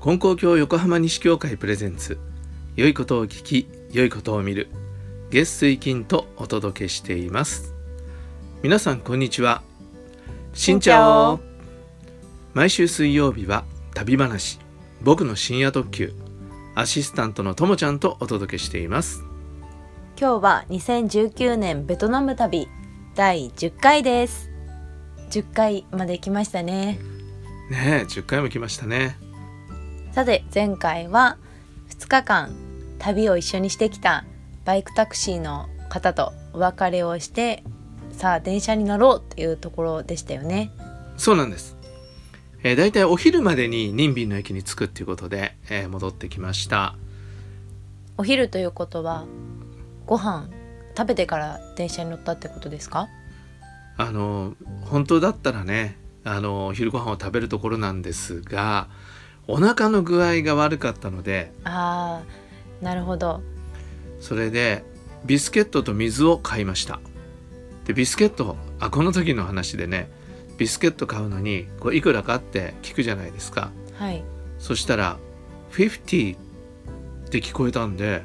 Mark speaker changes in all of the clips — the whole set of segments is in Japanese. Speaker 1: 金光教横浜西教会プレゼンツ良いことを聞き良いことを見る月水金とお届けしています皆さんこんにちは
Speaker 2: しんちゃお
Speaker 1: 毎週水曜日は旅話僕の深夜特急アシスタントのともちゃんとお届けしています
Speaker 2: 今日は2019年ベトナム旅第10回です10回まで来ましたね
Speaker 1: ねえ10回も来ましたね
Speaker 2: さて前回は2日間旅を一緒にしてきたバイクタクシーの方とお別れをしてさあ電車に乗ろうっていうところでしたよね
Speaker 1: そうなんです、えー、だいたいお昼までにニンビンの駅に着くっていうことで、えー戻ってきました
Speaker 2: お昼ということはご飯食べてから電車に乗ったってことですか
Speaker 1: あの本当だったらねあのお昼ご飯を食べるところなんですがお腹の具合が悪かったので
Speaker 2: あーなるほど
Speaker 1: それでビスケットと水を買いましたでビスケットあこの時の話でねビスケット買うのにこういくらかって聞くじゃないですか
Speaker 2: はい
Speaker 1: そしたら「50」って聞こえたんで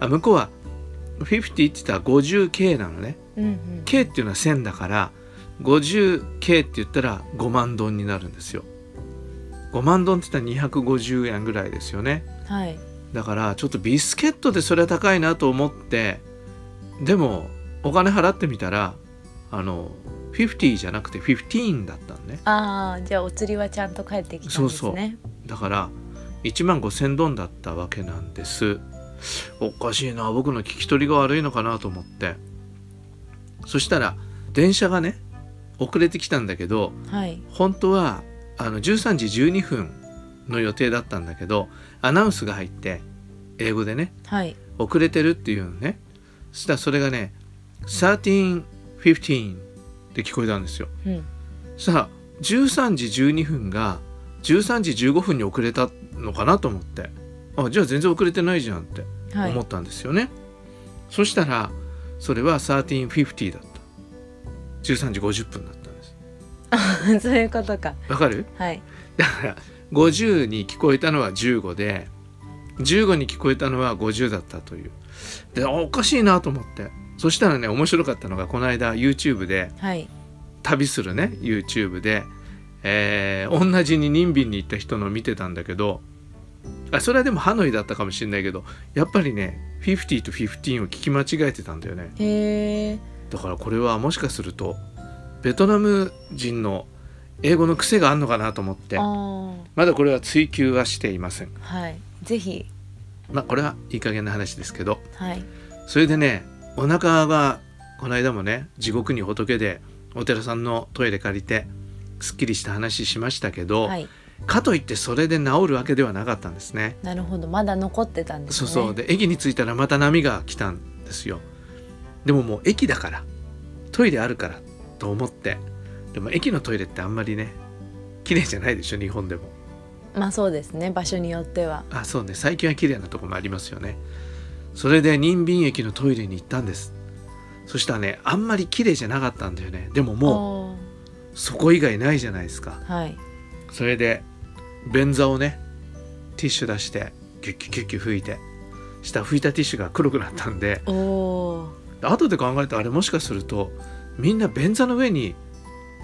Speaker 1: あ向こうは「50」って言ってたら 50K なのね
Speaker 2: うんうん、
Speaker 1: K っていうのは1000だから 50K って言ったら5万ドンになるんですよ5万ドンって言ったら250円ぐらいですよね
Speaker 2: はい
Speaker 1: だからちょっとビスケットでそれは高いなと思ってでもお金払ってみたらあの50じゃなくて15だったのね
Speaker 2: ああじゃあお釣りはちゃんと帰ってきたんです
Speaker 1: そうそう
Speaker 2: ね
Speaker 1: だから1万5,000ドンだったわけなんですおかしいな僕の聞き取りが悪いのかなと思ってそしたら電車がね遅れてきたんだけど
Speaker 2: はい
Speaker 1: 本当はあの13時12分の予定だったんだけどアナウンスが入って英語でね
Speaker 2: はい
Speaker 1: 遅れてるっていうのねそしたらそれがね1315って聞こえたんですよ
Speaker 2: うん
Speaker 1: さあ13時12分が13時15分に遅れたのかなと思ってあじゃあ全然遅れてないじゃんって
Speaker 2: はい
Speaker 1: 思ったんですよね、そしたらそれは1350だった13時50分だったんです
Speaker 2: そういうことか
Speaker 1: わかる
Speaker 2: はい
Speaker 1: だから50に聞こえたのは15で15に聞こえたのは50だったというであおかしいなと思ってそしたらね面白かったのがこの間 YouTube で
Speaker 2: はい
Speaker 1: 旅するね YouTube で、えー同じに任便に行った人の見てたんだけどあそれはでもハノイだったかもしれないけどやっぱりね50と15を聞き間違えてたんだよね
Speaker 2: へえ
Speaker 1: だからこれはもしかするとベトナム人の英語の癖があるのかなと思って
Speaker 2: ああ
Speaker 1: まだこれは追求はしていません。
Speaker 2: はいぜひ
Speaker 1: まあこれはいい加減な話ですけど、
Speaker 2: はい
Speaker 1: それでね、お腹がこの間もね、地獄に仏でお寺さんのトイレ借りてすっきりした話しましたけど、
Speaker 2: はい
Speaker 1: かといってそれで治るわけではなかったんですね。
Speaker 2: なるほどまだ残ってたんです
Speaker 1: そう
Speaker 2: ね
Speaker 1: そうで駅に着いたらまた波が来たんですよ。でももう駅だからトイレあるからと思ってでも駅のトイレってあんまりね綺麗じゃないでしょ日本でも。
Speaker 2: まあそうですね場所によっては
Speaker 1: あそうね最近は綺麗なとこもありますよねそれで任便駅のトイレに行ったんですそしたらねあんまり綺麗じゃなかったんだよねでもも
Speaker 2: も
Speaker 1: うそこ以外ないじゃないですか
Speaker 2: はい
Speaker 1: それで便座をねティッシュ出してキュッキュッキュッキュ拭いて下拭いたティッシュが黒くなったんで
Speaker 2: おお
Speaker 1: 後で考えたらあれもしかするとみんな便座の上に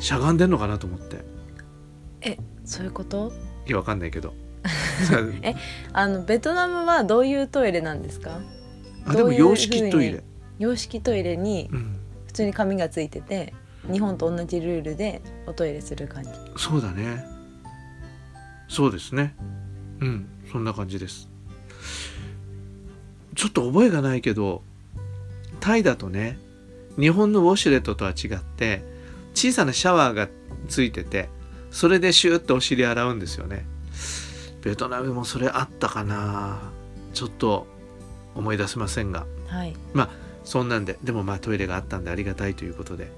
Speaker 1: しゃがんでんのかなと思って
Speaker 2: そういうこと
Speaker 1: いやわかんない けど
Speaker 2: えあのベトナムはどういうトイレなんですか
Speaker 1: あで
Speaker 2: ど
Speaker 1: も
Speaker 2: ういう
Speaker 1: 洋式トイ
Speaker 2: ふう
Speaker 1: レ
Speaker 2: に洋式トイレに
Speaker 1: うん
Speaker 2: 普通に紙がついてて日本と同じルールでおトイレする感じ
Speaker 1: そうだねそうですねうんそんな感じですちょっと覚えがないけどタイだとね日本のウォシュレットとは違って小さなシャワーがついててそれでシューってお尻洗うんですよねベトナムもそれあったかなちょっと思い出せませんが
Speaker 2: はい
Speaker 1: そんなんででもまあトイレがあったんでありがたいということで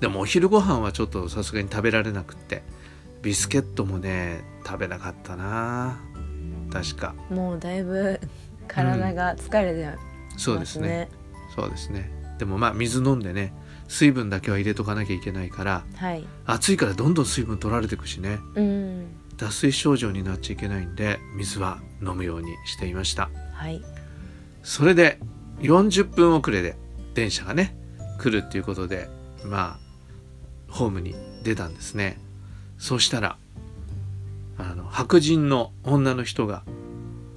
Speaker 1: でもお昼ご飯はちょっとさすがに食べられなくってビスケットもね食べなかったな確か
Speaker 2: もうだいぶ体が疲れて
Speaker 1: そう
Speaker 2: ま
Speaker 1: ですすね
Speaker 2: ね,、
Speaker 1: そうですねでもまあ水飲んでね水分だけは入れとかなきゃいけないから
Speaker 2: はい
Speaker 1: 暑いからどんどん水分取られてくしね
Speaker 2: うん
Speaker 1: 脱水症状になっちゃいけないんで水は飲むようにしていました
Speaker 2: はい
Speaker 1: それで40分遅れで電車がね来るっていうことでまあホームに出たんですねそしたらあの白人の女の人が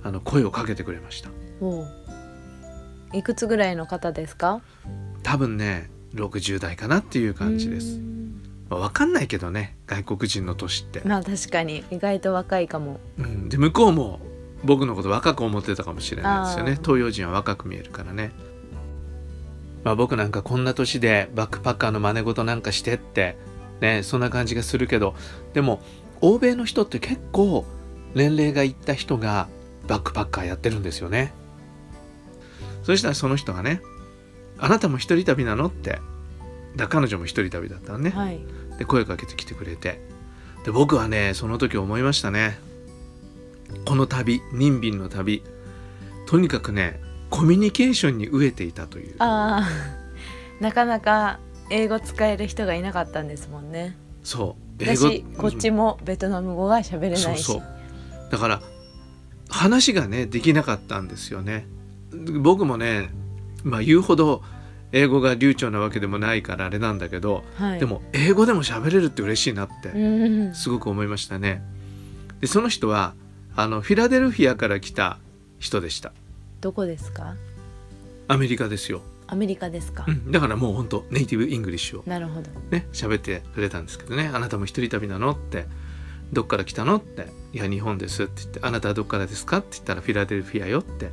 Speaker 1: あの声をかけてくれました
Speaker 2: おういくつぐらいの方ですか
Speaker 1: 多分ね60代かなっていう感じで
Speaker 2: う
Speaker 1: す、
Speaker 2: ん
Speaker 1: まあ、分かんないけどね外国人の年って、
Speaker 2: まあ確かに意外と若いかも
Speaker 1: うん、で向こうも僕のこと若く思ってたかもしれないですよね
Speaker 2: あー
Speaker 1: 東洋人は若く見えるからね、まあ、僕なんかこんな年でバックパッカーの真似事なんかしてってねそんな感じがするけどでも欧米の人って結構年齢がいった人がバックパッカーやってるんですよねそしたらその人がね「あなたも一人旅なの?」ってだ彼女も一人旅だったのね、
Speaker 2: はい
Speaker 1: で声かけてきてくれてで僕はねその時思いましたねこの旅任便の旅とにかくねコミュニケーションに飢えていたという
Speaker 2: ああ なかなか英語使える人がいなかったんですもんね
Speaker 1: そう
Speaker 2: だしこっちもベトナム語が喋れないし
Speaker 1: そうそうだから話がねできなかったんですよね僕もねまあ言うほど英語が流暢なわけでもないからあれなんだけど、
Speaker 2: はい、
Speaker 1: でも英語でも喋れるって嬉しいなって
Speaker 2: うん
Speaker 1: すごく思いましたねでその人はあのフィラデルフィアから来た人でした
Speaker 2: どこですか
Speaker 1: アメリカですよ、
Speaker 2: アメリカですか、
Speaker 1: うんだからもう本当ネイティブイングリッシュを
Speaker 2: なるほど
Speaker 1: ね喋ってくれたんですけどね「あなたも一人旅なの?」って「どっから来たの?」って「いや日本です」って言って「あなたはどっからですか?」って言ったら「フィラデルフィアよ」って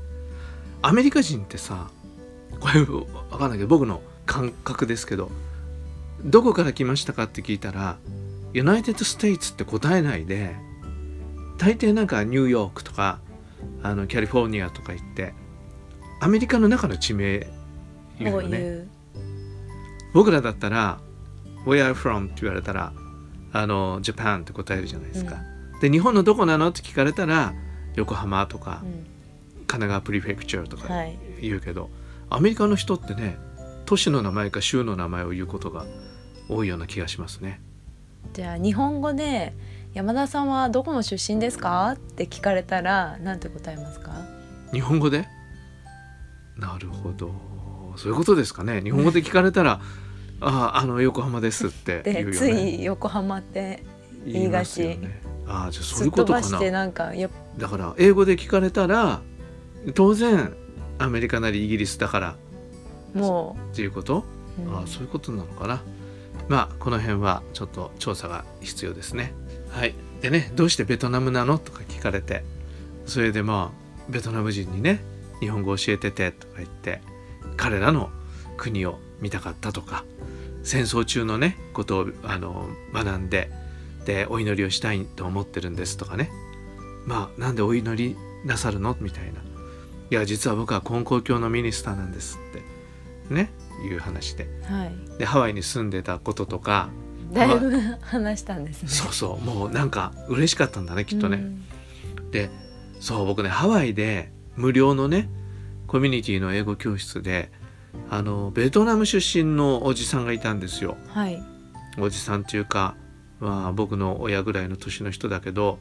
Speaker 1: アメリカ人ってさこれ分かんないけど僕の感覚ですけど「どこから来ましたか?」って聞いたら「ユナイテッド・ステイツ」って答えないで大抵なんかニューヨークとかあのキャリフォルニアとか行ってアメリカの中の地名言う
Speaker 2: こ
Speaker 1: の
Speaker 2: う
Speaker 1: ね。
Speaker 2: いう
Speaker 1: 僕らだったら「Where are you from?」って言われたら「あの Japan」って答えるじゃないですか。で日本のどこなのって聞かれたら「横浜」とか「
Speaker 2: うん
Speaker 1: 神奈川プリフェクチャー」とか
Speaker 2: はい
Speaker 1: 言うけど、アメリカの人ってね都市の名前か州の名前を言うことが多いような気がしますね。
Speaker 2: じゃあ日本語で山田さんはどこの出身ですかって聞かれたらなんて答えますか
Speaker 1: 日本語でなるほどそういうことですかね日本語で聞かれたら「あああの横浜です」って言う
Speaker 2: で、
Speaker 1: よね。
Speaker 2: つい横浜って言いがち
Speaker 1: 言いますよねああじゃあそう
Speaker 2: す
Speaker 1: い
Speaker 2: っ
Speaker 1: うこ
Speaker 2: 飛
Speaker 1: とか
Speaker 2: ば
Speaker 1: な。
Speaker 2: してなんかやっ
Speaker 1: だから英語で聞かれたら当然アメリカなりイギリスだから
Speaker 2: も
Speaker 1: っていうこと、
Speaker 2: う、うん
Speaker 1: ああそういうことなのかなまあこの辺はちょっと調査が必要ですねはいでねどうしてベトナムなのとか聞かれてそれでまあベトナム人にね日本語教えててとか言って彼らの国を見たかったとか戦争中のねことをあの学んででお祈りをしたいと思ってるんですとかねまあなんでお祈りなさるのみたいないや実は僕は根高教のミニスターなんですってねいう話で
Speaker 2: はい
Speaker 1: でハワイに住んでたこととか
Speaker 2: だいぶ話したんですね
Speaker 1: そうそうもうなんか嬉しかったんだねきっと
Speaker 2: う
Speaker 1: ね、
Speaker 2: ん
Speaker 1: でそう僕ねハワイで無料のねコミュニティの英語教室であのベトナム出身のおじさんがいたんですよ
Speaker 2: はい
Speaker 1: おじさんっていうか、まあ、僕の親ぐらいの年の人だけど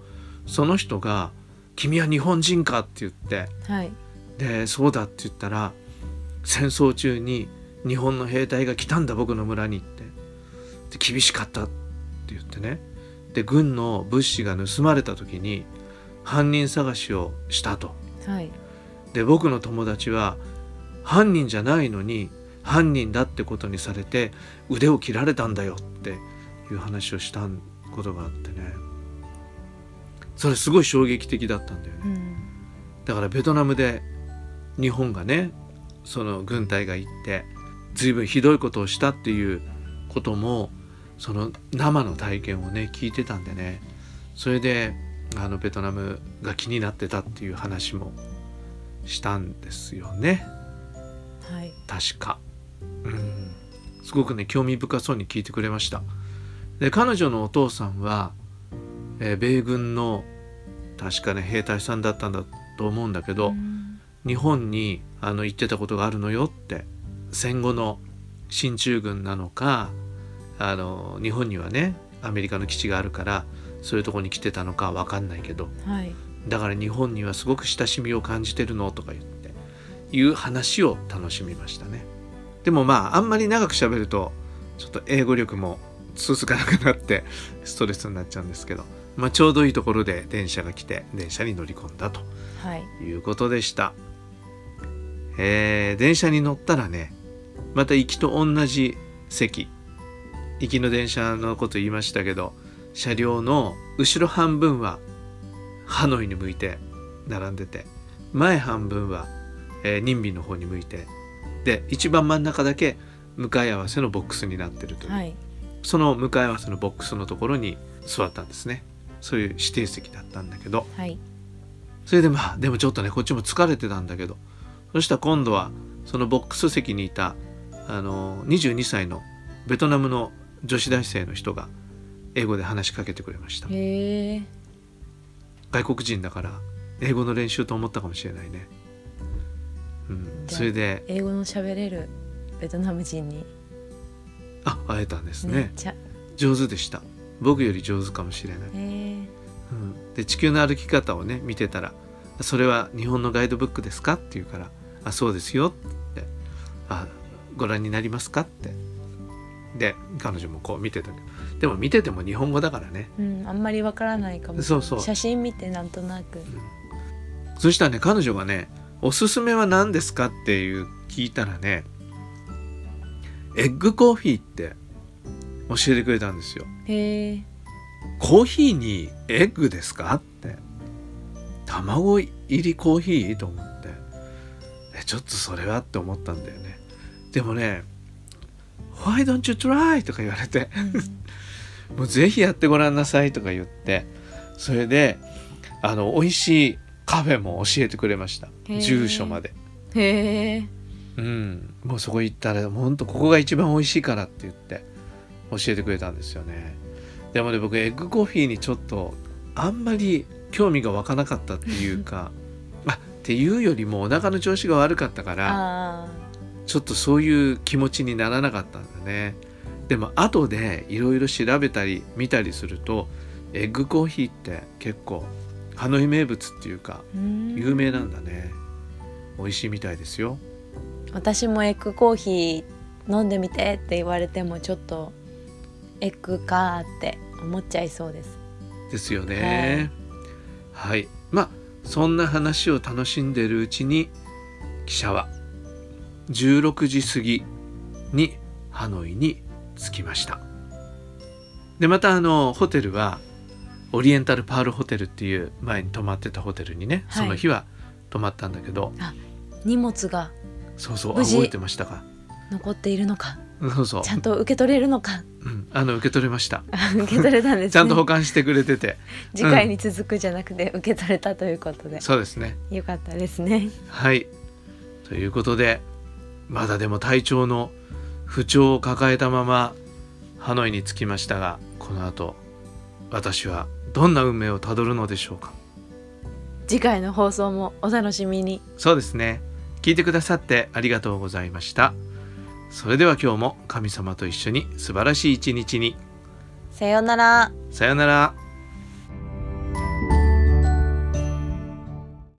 Speaker 1: その人が「君は日本人か?」って言って
Speaker 2: はい
Speaker 1: でそうだって言ったら戦争中に日本の兵隊が来たんだ僕の村にってで厳しかったって言ってねで軍の物資が盗まれた時に犯人探しをしたと
Speaker 2: はい
Speaker 1: で僕の友達は犯人じゃないのに犯人だってことにされて腕を切られたんだよっていう話をしたことがあってねそれすごい衝撃的だったんだよね
Speaker 2: う。ん
Speaker 1: だからベトナムで日本がねその軍隊が行って随分ひどいことをしたっていうこともその生の体験をね聞いてたんでねそれであのベトナムが気になってたっていう話もしたんですよね
Speaker 2: はい
Speaker 1: 確かうんすごくね興味深そうに聞いてくれましたで彼女のお父さんは、えー米軍の確かね兵隊さんだったんだと思うんだけど、
Speaker 2: うん
Speaker 1: 日本にあの行ってたことがあるのよって戦後の進駐軍なのかあの日本にはねアメリカの基地があるからそういうとこに来てたのかわかんないけど
Speaker 2: はい
Speaker 1: だから日本にはすごく親しみを感じてるのとか言っていう話を楽しみましたねでもまああんまり長く喋るとちょっと英語力も続かなくなってストレスになっちゃうんですけど、まあ、ちょうどいいところで電車が来て電車に乗り込んだと
Speaker 2: はい
Speaker 1: いうことでした、えー電車に乗ったらねまた行きと同じ席行きの電車のこと言いましたけど車両の後ろ半分はハノイに向いて並んでて前半分は、えー任備の方に向いてで一番真ん中だけ向かい合わせのボックスになってるという、
Speaker 2: はい
Speaker 1: その向かい合わせのボックスのところに座ったんですねそういう指定席だったんだけど
Speaker 2: はい
Speaker 1: それでまあでもちょっとねこっちも疲れてたんだけどそしたら今度はそのボックス席にいたあの22歳のベトナムの女子大生の人が英語で話しかけてくれました
Speaker 2: へえ
Speaker 1: 外国人だから英語の練習と思ったかもしれないね、うん、
Speaker 2: じゃあ
Speaker 1: それで
Speaker 2: 英語の喋れるベトナム人に
Speaker 1: あ会えたんです
Speaker 2: めっ
Speaker 1: ね
Speaker 2: ちゃ、
Speaker 1: 上手でした僕より上手かもしれない
Speaker 2: へえ
Speaker 1: うん、で地球の歩き方をね見てたら「それは日本のガイドブックですか?」って言うから「あそうですよ」って「あご覧になりますか?」ってで彼女もこう見てたけどでも見てても日本語だからね
Speaker 2: うんあんまりわからないかも
Speaker 1: そうそう
Speaker 2: 写真見てなんとなく
Speaker 1: そしたらね彼女がね「おすすめは何ですか?」っていう聞いたらねエッグコーヒーって教えてくれたんですよ。
Speaker 2: へえ
Speaker 1: コーヒーにエッグですかって卵入りコーヒーと思ってえちょっとそれはって思ったんだよねでもね「Why don't you try?」とか言われて「もうぜひやってごらんなさい」とか言ってそれであの美味しいカフェも教えてくれました
Speaker 2: へー
Speaker 1: 住所まで
Speaker 2: へ え
Speaker 1: うんもうそこ行ったらほんとここが一番美味しいからって言って教えてくれたんですよねでもね僕エッグコーヒーにちょっとあんまり興味が湧かなかったっていうかあっていうよりもお腹の調子が悪かったから
Speaker 2: あ
Speaker 1: ちょっとそういう気持ちにならなかったんだねでも後でいろいろ調べたり見たりするとエッグコーヒーって結構ハノイ名物っていうか
Speaker 2: あうん
Speaker 1: 有名なんだね美味しいみたいですよ
Speaker 2: 私もエッグコーヒー飲んでみてって言われてもちょっとエッグかーって思っちゃいそうです
Speaker 1: ですよね。はい、まあそんな話を楽しんでるうちに記者は16時過ぎにハノイに着きました。でまたあのホテルはオリエンタルパールホテルっていう前に泊まってたホテルにね、
Speaker 2: はい
Speaker 1: その日は泊まったんだけど
Speaker 2: 荷物が
Speaker 1: そうそうあ
Speaker 2: 無事
Speaker 1: 覚えてましたか
Speaker 2: 残っているのか
Speaker 1: そうそう
Speaker 2: ちゃんと受け取れる のか
Speaker 1: うん、あの受け取れました
Speaker 2: 受け取れたんです、ね、
Speaker 1: ちゃんと保管してくれてて
Speaker 2: 次回に続くじゃなくて受け取れたということで、
Speaker 1: そうですね
Speaker 2: よかったですね
Speaker 1: はい。ということで、まだでも体調の不調を抱えたままハノイに着きましたが、この後、私はどんな運命をたどるのでしょうか。
Speaker 2: 次回の放送もお楽しみに
Speaker 1: そうですね。聞いてくださってありがとうございました。それでは今日も神様と一緒に素晴らしい一日に。
Speaker 2: さようなら
Speaker 1: さよなら。